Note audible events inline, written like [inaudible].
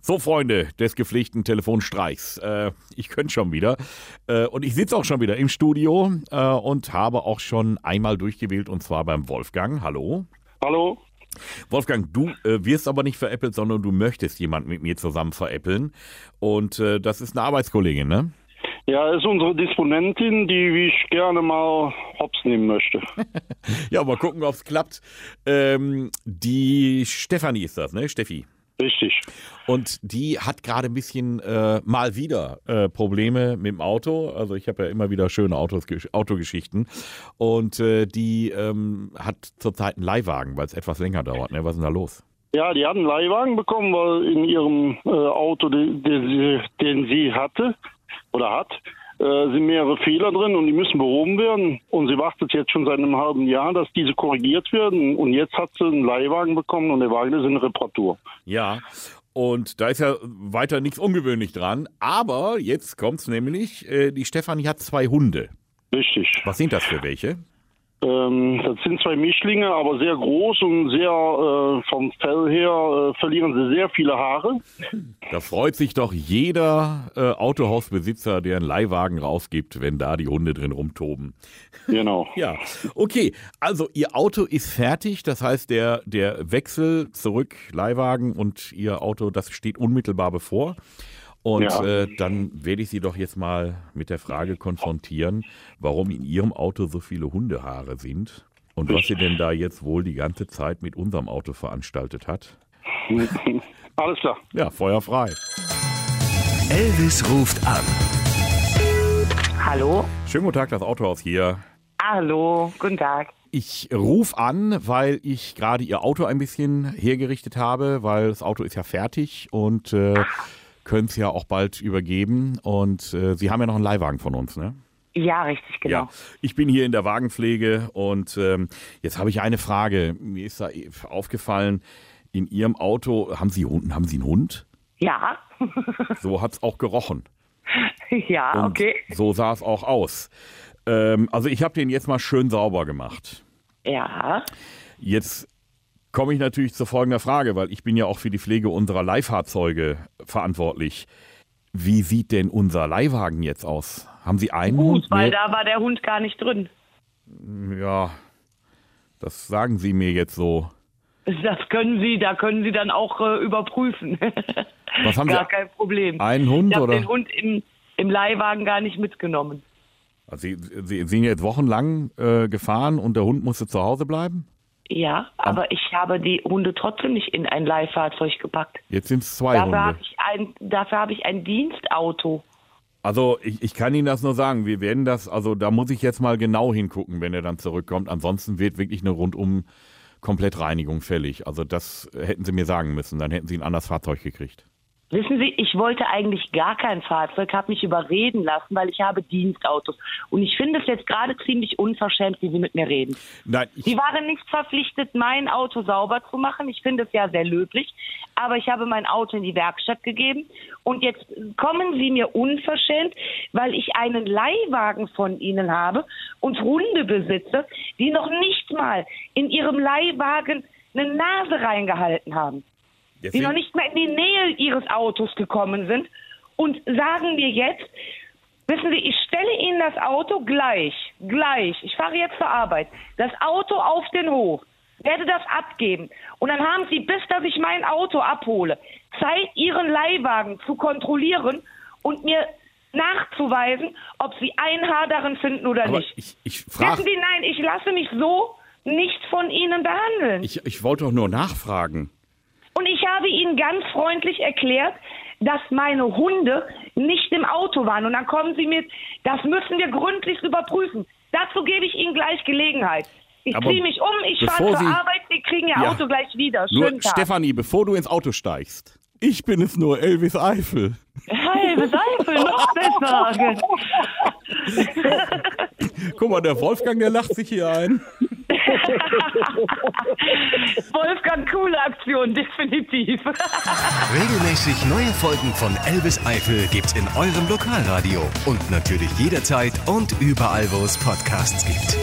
So, Freunde des gepflegten Telefonstreichs, äh, ich könnte schon wieder. Äh, und ich sitze auch schon wieder im Studio äh, und habe auch schon einmal durchgewählt und zwar beim Wolfgang. Hallo. Hallo? Wolfgang, du äh, wirst aber nicht veräppelt, sondern du möchtest jemanden mit mir zusammen veräppeln. Und äh, das ist eine Arbeitskollegin, ne? Ja, ist unsere Disponentin, die ich gerne mal hops nehmen möchte. Ja, mal gucken, ob es klappt. Ähm, die Stefanie ist das, ne? Steffi. Richtig. Und die hat gerade ein bisschen äh, mal wieder äh, Probleme mit dem Auto. Also ich habe ja immer wieder schöne Autos, Gesch- Autogeschichten. Und äh, die ähm, hat zurzeit einen Leihwagen, weil es etwas länger dauert. Ne? Was ist denn da los? Ja, die hat einen Leihwagen bekommen, weil in ihrem äh, Auto, de, de, sie- den sie hatte oder hat, äh, sind mehrere Fehler drin und die müssen behoben werden. Und sie wartet jetzt schon seit einem halben Jahr, dass diese korrigiert werden. Und jetzt hat sie einen Leihwagen bekommen und der Wagen ist in Reparatur. Ja, und da ist ja weiter nichts ungewöhnlich dran. Aber jetzt kommt's nämlich, äh, die Stefanie hat zwei Hunde. Richtig. Was sind das für welche? Ähm, das sind zwei Mischlinge, aber sehr groß und sehr äh, vom Fell her äh, verlieren sie sehr viele Haare. Da freut sich doch jeder äh, Autohausbesitzer, der einen Leihwagen rausgibt, wenn da die Hunde drin rumtoben. Genau. Ja, okay. Also ihr Auto ist fertig, das heißt der, der Wechsel zurück, Leihwagen und ihr Auto, das steht unmittelbar bevor. Und Ja. äh, dann werde ich Sie doch jetzt mal mit der Frage konfrontieren, warum in Ihrem Auto so viele Hundehaare sind und was Sie denn da jetzt wohl die ganze Zeit mit unserem Auto veranstaltet hat. [laughs] Alles klar. Ja, Feuer frei. Elvis ruft an. Hallo? Schönen guten Tag, das Autohaus hier. Hallo, guten Tag. Ich rufe an, weil ich gerade Ihr Auto ein bisschen hergerichtet habe, weil das Auto ist ja fertig und äh, können es ja auch bald übergeben. Und äh, Sie haben ja noch einen Leihwagen von uns, ne? Ja, richtig, genau. Ja, ich bin hier in der Wagenpflege und ähm, jetzt habe ich eine Frage. Mir ist da e-, aufgefallen, in Ihrem Auto, haben Sie, Hunden, haben Sie einen [laughs] Hund? Ja, So hat es auch gerochen. ja, [laughs] Und okay. So sah es auch aus. Ähm, also ich habe den jetzt mal schön sauber gemacht. Ja, Jetzt komme ich natürlich zu folgender Frage, weil ich bin ja auch für die Pflege unserer Leihfahrzeuge verantwortlich. Wie sieht denn unser Leihwagen jetzt aus? Haben Sie einen gut, Hund? weil Nee. da war der Hund gar nicht drin. Ja, das sagen Sie mir jetzt so. Das können Sie, da können Sie dann auch äh, überprüfen. [laughs] Was haben gar Sie? kein Problem. Einen Hund, ich habe oder? den Hund im, im Leihwagen gar nicht mitgenommen. Also Sie, Sie sind jetzt wochenlang äh, gefahren und der Hund musste zu Hause bleiben? Ja, aber ich habe die Hunde trotzdem nicht in ein Leihfahrzeug gepackt. Jetzt sind es zwei Dafür Hunde. habe ich, ein- dafür hab ich ein Dienstauto. Also ich, ich kann Ihnen das nur sagen. Wir werden das, also da muss ich jetzt mal genau hingucken, wenn er dann zurückkommt. Ansonsten wird wirklich eine rundum Komplettreinigung fällig. Also das hätten Sie mir sagen müssen. Dann hätten Sie ein anderes Fahrzeug gekriegt. Wissen Sie, ich wollte eigentlich gar kein Fahrzeug, habe mich überreden lassen, weil ich habe Dienstautos. Und ich finde es jetzt gerade ziemlich unverschämt, wie Sie mit mir reden. Nein, ich, Sie waren nicht verpflichtet, mein Auto sauber zu machen. Ich finde es ja sehr löblich. Aber ich habe mein Auto in die Werkstatt gegeben. Und jetzt kommen Sie mir unverschämt, weil ich einen Leihwagen von Ihnen habe und Hunde besitze, die noch nicht mal in Ihrem Leihwagen eine Nase reingehalten haben die noch deswegen, nicht mal in die Nähe ihres Autos gekommen sind und sagen mir jetzt, wissen Sie, ich stelle Ihnen das Auto gleich, gleich, ich fahre jetzt zur Arbeit, das Auto auf den Hof, werde das abgeben und dann haben Sie, bis dass ich mein Auto abhole, Zeit, Ihren Leihwagen zu kontrollieren und mir nachzuweisen, ob Sie ein Haar darin finden oder aber nicht. ich, ich frage, Wissen Sie, nein, ich lasse mich so nicht von Ihnen behandeln. ich, ich wollte doch nur nachfragen. Und ich habe ihnen ganz freundlich erklärt, dass meine Hunde nicht im Auto waren. Und dann kommen sie mit, das müssen wir gründlichst überprüfen. Dazu gebe ich ihnen gleich Gelegenheit. Ich Aber ziehe mich um, ich bevor fahre zur Sie- Arbeit, sie kriegen ihr Ja. Auto gleich wieder. Nur, Schönen Tag. Stefanie, bevor du ins Auto steigst. Ich bin es nur, Elvis Eifel. Halbe Seife, noch besser. Guck mal, der Wolfgang, der lacht sich hier ein. [laughs] Wolfgang, coole Aktion, definitiv. Regelmäßig neue Folgen von Elvis Eifel gibt's in eurem Lokalradio und natürlich jederzeit und überall, wo es Podcasts gibt.